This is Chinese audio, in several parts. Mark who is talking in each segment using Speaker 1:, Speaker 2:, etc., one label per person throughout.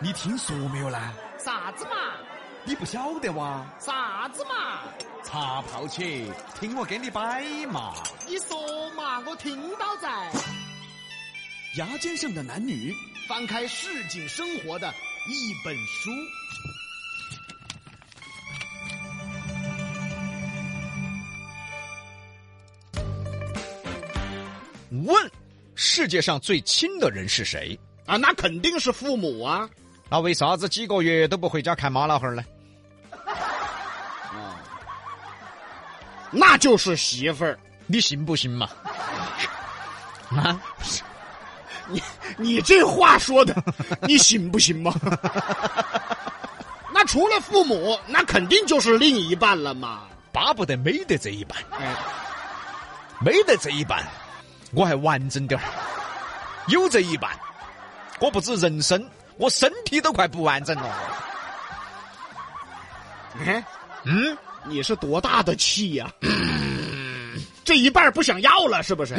Speaker 1: 你听说没有呢？
Speaker 2: 啥子嘛？
Speaker 1: 你不晓得哇？
Speaker 2: 啥子嘛？
Speaker 1: 茶泡起，听我给你摆嘛。
Speaker 2: 你说嘛，我听到在。
Speaker 1: 牙尖上的男女，
Speaker 2: 翻开市井生活的一本书，
Speaker 3: 问：世界上最亲的人是谁？
Speaker 2: 啊，那肯定是父母啊。
Speaker 3: 那为啥子几个月都不回家看妈老汉儿呢？
Speaker 2: 那就是媳妇儿。
Speaker 3: 你信不信嘛？ 啊，
Speaker 2: 你你这话说的，你信不信嘛？ 那除了父母，那肯定就是另一半了嘛。
Speaker 3: 巴不得没得这一半，
Speaker 2: 哎，
Speaker 3: 没得这一半，我还完整点儿。有这一半，我不止人生，我身体都快不完整了。
Speaker 2: 哎，
Speaker 3: 嗯，
Speaker 2: 你是多大的气呀、 这一半不想要了是不是？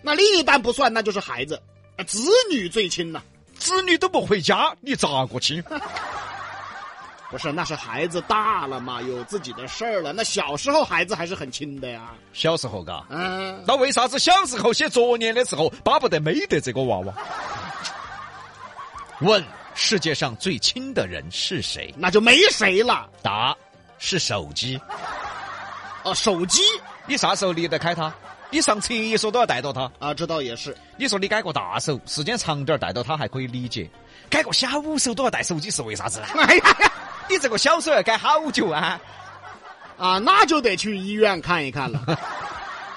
Speaker 2: 那另一半不算，那就是孩子，啊子女最亲呐、
Speaker 3: 子女都不回家，你咋个亲？
Speaker 2: 不是，那是孩子大了嘛，有自己的事儿了。那小时候孩子还是很亲的呀。
Speaker 3: 小时候嘎，
Speaker 2: 嗯，
Speaker 3: 那为啥子小时候写作业的时候，巴不得没得这个娃娃？ 问：世界上最亲的人是谁？
Speaker 2: 那就没谁了。
Speaker 3: 答：是手机。
Speaker 2: 哦，手机
Speaker 3: 你啥时候离得开它？你上厕所都要带着它。
Speaker 2: 啊，这倒也是。
Speaker 3: 你说你改个大手，时间长点儿带着它还可以理解，改个小手都要带手机是为啥子呢？啊
Speaker 2: 哎呀呀，
Speaker 3: 你这个小手要改好久啊！
Speaker 2: 啊，那就得去医院看一看 了。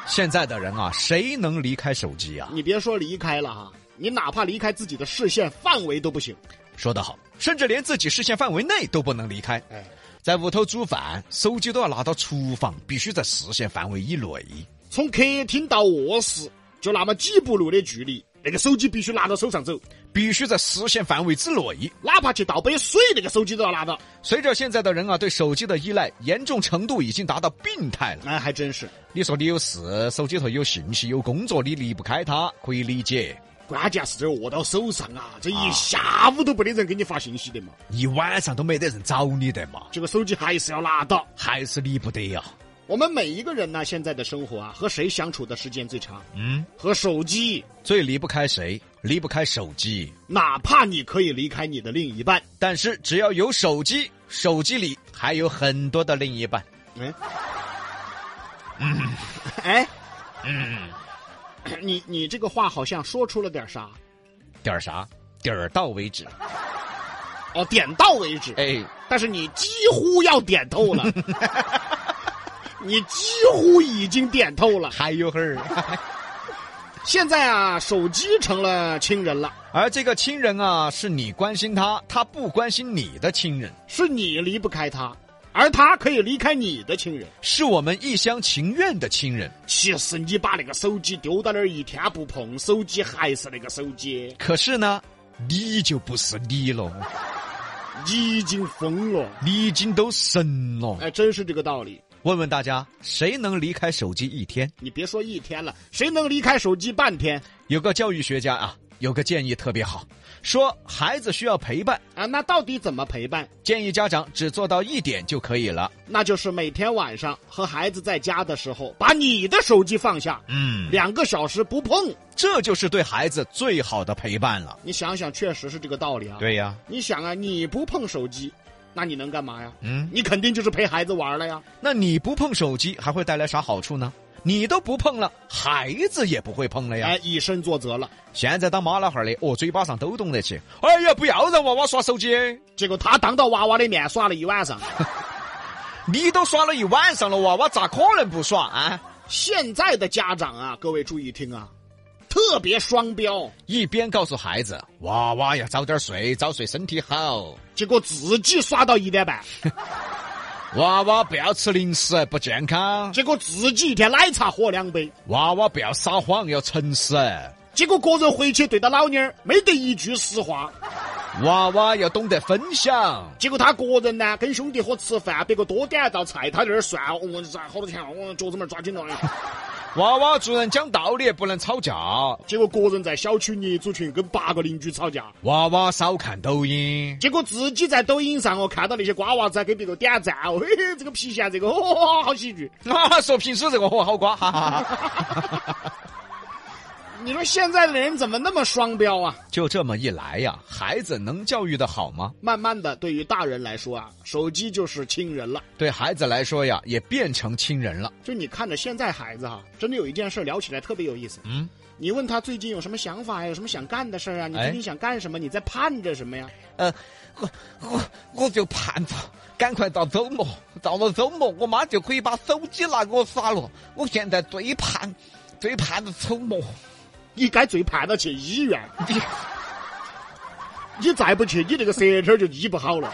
Speaker 3: 现在的人啊，谁能离开手机啊？
Speaker 2: 你别说离开了哈，你哪怕离开自己的视线范围都不行。
Speaker 3: 说得好，甚至连自己视线范围内都不能离开。
Speaker 2: 哎，
Speaker 3: 在屋头煮饭，手机都要拿到厨房，必须在视线范围以内。
Speaker 2: 从客厅到卧室就那么几步路的距离，那个手机必须拿到手上走，
Speaker 3: 必须在视线范围之内。
Speaker 2: 哪怕去倒杯水，那个手机都要拿到。
Speaker 3: 随着现在的人啊，对手机的依赖严重程度已经达到病态了。
Speaker 2: 哎，还真是。
Speaker 3: 你说你有事，手机头有信息、有工作，你离不开它，可以理解。
Speaker 2: 关键是这握到手上啊，这一下午都没得人给你发信息的嘛，
Speaker 3: 一晚上都没得人找你的嘛，
Speaker 2: 这个手机还是要拿到。
Speaker 3: 还是离不得啊呀、
Speaker 2: 我们每一个人呢，现在的生活啊，和谁相处的时间最长？
Speaker 3: 嗯，
Speaker 2: 和手机。
Speaker 3: 最离不开谁？离不开手机。
Speaker 2: 哪怕你可以离开你的另一半，
Speaker 3: 但是只要有手机，手机里还有很多的另一半。
Speaker 2: 哎，哎，
Speaker 3: 嗯，
Speaker 2: 你你这个话好像说出了点啥？
Speaker 3: 点儿啥？点儿到为止。
Speaker 2: 哦，点到为止。
Speaker 3: 哎，
Speaker 2: 但是你几乎要点透了，你几乎已经点透了。
Speaker 3: 还有会儿。
Speaker 2: 现在啊，手机成了亲人了，
Speaker 3: 而这个亲人啊，是你关心他，他不关心你的亲人，
Speaker 2: 是你离不开他，而他可以离开你的亲人。
Speaker 3: 是我们一厢情愿的亲人。
Speaker 2: 其实你把那个手机丢到那儿一天不碰，手机还是那个手机，
Speaker 3: 可是呢，你就不是你了，
Speaker 2: 你已经疯了。
Speaker 3: 你已经都神了。
Speaker 2: 哎，真是这个道理。
Speaker 3: 问问大家，谁能离开手机一天？
Speaker 2: 你别说一天了，谁能离开手机半天
Speaker 3: 有个教育学家啊，有个建议特别好，说孩子需要陪伴，
Speaker 2: 啊？那到底怎么陪伴？
Speaker 3: 建议家长只做到一点就可以了。
Speaker 2: 那就是每天晚上和孩子在家的时候，把你的手机放下，
Speaker 3: 嗯，
Speaker 2: 两个小时不碰。
Speaker 3: 这就是对孩子最好的陪伴了。
Speaker 2: 你想想，确实是这个道理啊。，
Speaker 3: 对呀，
Speaker 2: 你想啊，你不碰手机，那你能干嘛呀？
Speaker 3: 嗯，
Speaker 2: 你肯定就是陪孩子玩了呀。
Speaker 3: 那你不碰手机还会带来啥好处呢？你都不碰了，孩子也不会碰了呀。
Speaker 2: 哎，以身作则了。
Speaker 3: 现在当妈老汉儿的，哦，嘴巴上都懂得起。哎呀，不要让娃娃耍手机，
Speaker 2: 结果他当到娃娃的面耍了一晚上。
Speaker 3: 你都耍了一晚上了，娃娃咋可能不耍啊？
Speaker 2: 现在的家长啊，各位注意听啊，特别双标，
Speaker 3: 一边告诉孩子，娃娃要早点睡，早睡身体好。
Speaker 2: 结果自己耍到一点半，
Speaker 3: 娃娃不要吃零食，不健康。
Speaker 2: 结果自己一天奶茶喝两杯，
Speaker 3: 娃娃不要撒谎，要诚实。
Speaker 2: 结果个人回去对到老妞儿没得一句实话。
Speaker 3: 娃娃要懂得分享。
Speaker 2: 结果他个人呢，跟兄哦弟伙吃饭，别个多点一道菜，他在那儿算，我、哦、我这好多钱，我、脚趾门抓紧了。
Speaker 3: 娃娃做人讲道理，不能吵架。
Speaker 2: 结果个人在小区业主群跟八个邻居吵架，
Speaker 3: 娃娃少看抖音，
Speaker 2: 结果自己在抖音上哦看到那些瓜娃子给别个点赞，哦，嘿嘿，这个皮鞋这个，哦，好喜剧。
Speaker 3: 啊，说评书这个嚯好瓜，哈哈 哈哈。
Speaker 2: 你说现在的人怎么那么双标啊？
Speaker 3: 就这么一来呀，孩子能教育的好吗？
Speaker 2: 慢慢的，对于大人来说啊，手机就是亲人了。
Speaker 3: 对孩子来说呀，也变成亲人了。
Speaker 2: 就你看着现在孩子哈、真的有一件事聊起来特别有意思。
Speaker 3: 嗯，
Speaker 2: 你问他最近有什么想法呀，有什么想干的事儿啊？你
Speaker 3: 哎
Speaker 2: 最近想干什么？你在盼着什么呀？
Speaker 3: 呃，我我我就盼着赶快到周末，到了周末，我妈就可以把手机拿给我耍了。我现在最盼，最盼着周 末。
Speaker 2: 你该最盼到去医院，你再不去，你这个舌头就医不好了。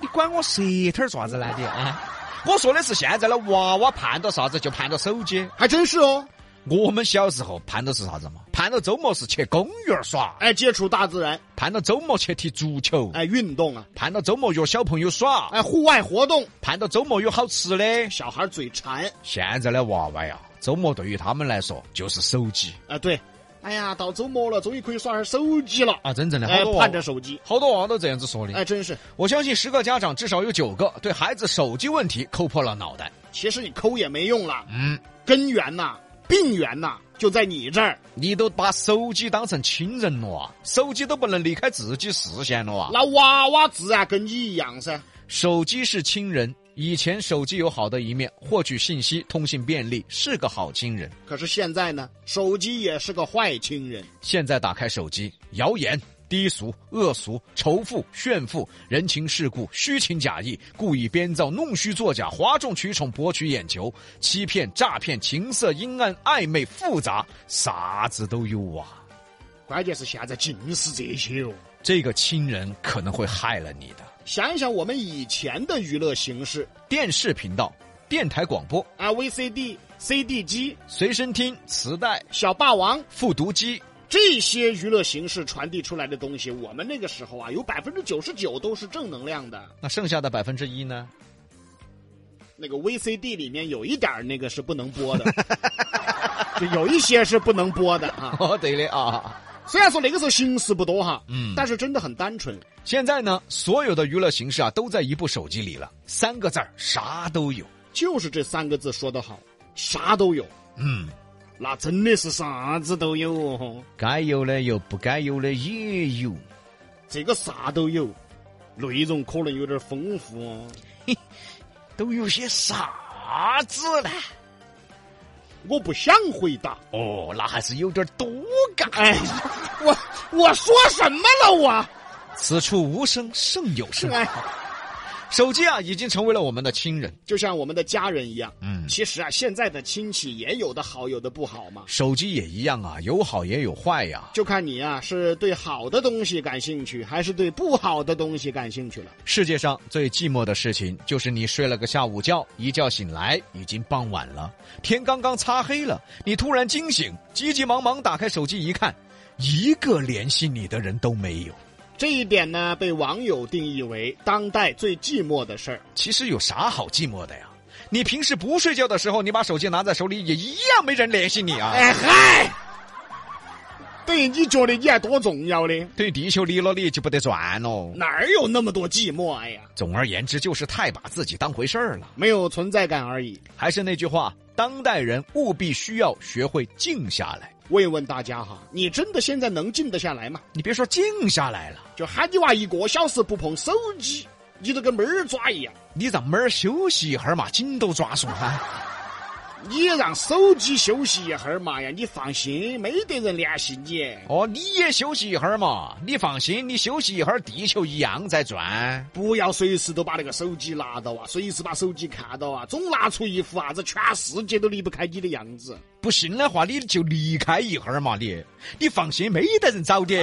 Speaker 3: 你管我舌头爪子来的啊？我说的是现在的娃娃盼到啥子就盼到手机。
Speaker 2: 还真是哦，
Speaker 3: 我们小时候盼到是啥子嘛？盼到周末是去公园耍，
Speaker 2: 哎，接触大自然，
Speaker 3: 盼到周末去踢足球，
Speaker 2: 哎，运动啊，
Speaker 3: 盼到周末约小朋友耍，
Speaker 2: 哎，户外活动，
Speaker 3: 盼到周末有好吃的。
Speaker 2: 小孩嘴馋，
Speaker 3: 现在的娃娃呀，周末对于他们来说就是手机
Speaker 2: 啊，对，哎呀，到周末了，终于可以耍下手机了，
Speaker 3: 啊，真正的好
Speaker 2: 哎
Speaker 3: 多，娃
Speaker 2: 盼
Speaker 3: 娃
Speaker 2: 着，手机，
Speaker 3: 好多娃娃都这样子说的。
Speaker 2: 哎，真是。
Speaker 3: 我相信十个家长至少有九个对孩子手机问题抠破了脑袋。
Speaker 2: 其实你抠也没用了，
Speaker 3: 嗯，
Speaker 2: 根源呐、病源呐、就在你这儿。
Speaker 3: 你都把手机当成亲人了啊，手机都不能离开自己视线了啊。
Speaker 2: 那娃娃自然跟你一样噻。
Speaker 3: 手机是亲人，以前手机有好的一面，获取信息、通信便利，是个好亲人。
Speaker 2: 可是现在呢，手机也是个坏亲人。
Speaker 3: 现在打开手机，谣言、低俗、恶俗、仇富、炫富、人情世故、虚情假意、故意编造、弄虚作假、哗众取宠、博取眼球、欺骗、诈骗、情色、阴暗、暧昧、复杂，啥子都有啊！
Speaker 2: 关键是现在尽是这些哦。
Speaker 3: 这个亲人可能会害了你的。
Speaker 2: 想一想我们以前的娱乐形式
Speaker 3: 电视频道、电台广播、
Speaker 2: 啊，VCD、CD 机、
Speaker 3: 随身听、磁带、
Speaker 2: 小霸王
Speaker 3: 复读机，
Speaker 2: 这些娱乐形式传递出来的东西，我们那个时候啊，有百分之九十九都是正能量的。
Speaker 3: 那剩下的百分之一呢？
Speaker 2: 那个 VCD 里面有一点儿那个是不能播 的，就有一些是不能播的啊。
Speaker 3: 哦，对的啊。
Speaker 2: 虽然说那个时候形式不多哈，
Speaker 3: 嗯
Speaker 2: 但是真的很单纯。
Speaker 3: 现在呢，所有的娱乐形式啊，都在一部手机里了。三个字儿，啥都有。
Speaker 2: 就是这三个字说得好，啥都有，
Speaker 3: 嗯，
Speaker 2: 那真的是啥子都有哦。
Speaker 3: 该有的有，不该有的也有。
Speaker 2: 这个啥都有，内容可能有点丰富哦。
Speaker 3: 都有些啥子呢？
Speaker 2: 我不想回答。
Speaker 3: 哦，那还是有点多嘎。
Speaker 2: 哎，我我说什么了我？
Speaker 3: 此处无声胜有声。
Speaker 2: 哎，
Speaker 3: 手机啊，已经成为了我们的亲人。
Speaker 2: 就像我们的家人一样。
Speaker 3: 嗯，
Speaker 2: 其实啊，现在的亲戚也有的好，有的不好嘛，
Speaker 3: 手机也一样啊，有好也有坏呀、
Speaker 2: 就看你啊是对好的东西感兴趣，还是对不好的东西感兴趣了。
Speaker 3: 世界上最寂寞的事情，就是你睡了个下午觉，一觉醒来已经傍晚了，天刚刚擦黑了，你突然惊醒，急急忙忙打开手机一看，一个联系你的人都没有。
Speaker 2: 这一点呢，被网友定义为当代最寂寞的事儿。
Speaker 3: 其实有啥好寂寞的呀？你平时不睡觉的时候，你把手机拿在手里，也一样没人联系你啊。
Speaker 2: 哎嗨，等于你觉得你还多重要呢？
Speaker 3: 对地球离了你就不得转喽。
Speaker 2: 哪儿有那么多寂寞？哎呀，
Speaker 3: 总而言之，就是太把自己当回事儿了。
Speaker 2: 没有存在感而已。
Speaker 3: 还是那句话，当代人务必需要学会静下来。
Speaker 2: 问问大家哈，你真的现在能静得下来吗？
Speaker 3: 你别说静下来了。
Speaker 2: 就喊你娃一个小时不碰手机，你都跟猫儿抓一样。
Speaker 3: 你让猫儿休息一会儿嘛，紧都抓松哈。
Speaker 2: 你让手机休息一会儿嘛呀，你放心，没得人联系你。
Speaker 3: 哦，你也休息一会儿嘛，你放心，你休息一会儿，地球一样在转。
Speaker 2: 不要随时都把那个手机拿到啊，随时把手机看到啊，总拿出一副啥子全世界都离不开你的样子。
Speaker 3: 不信的话，你就离开一会儿嘛，你你放心，没得人找的。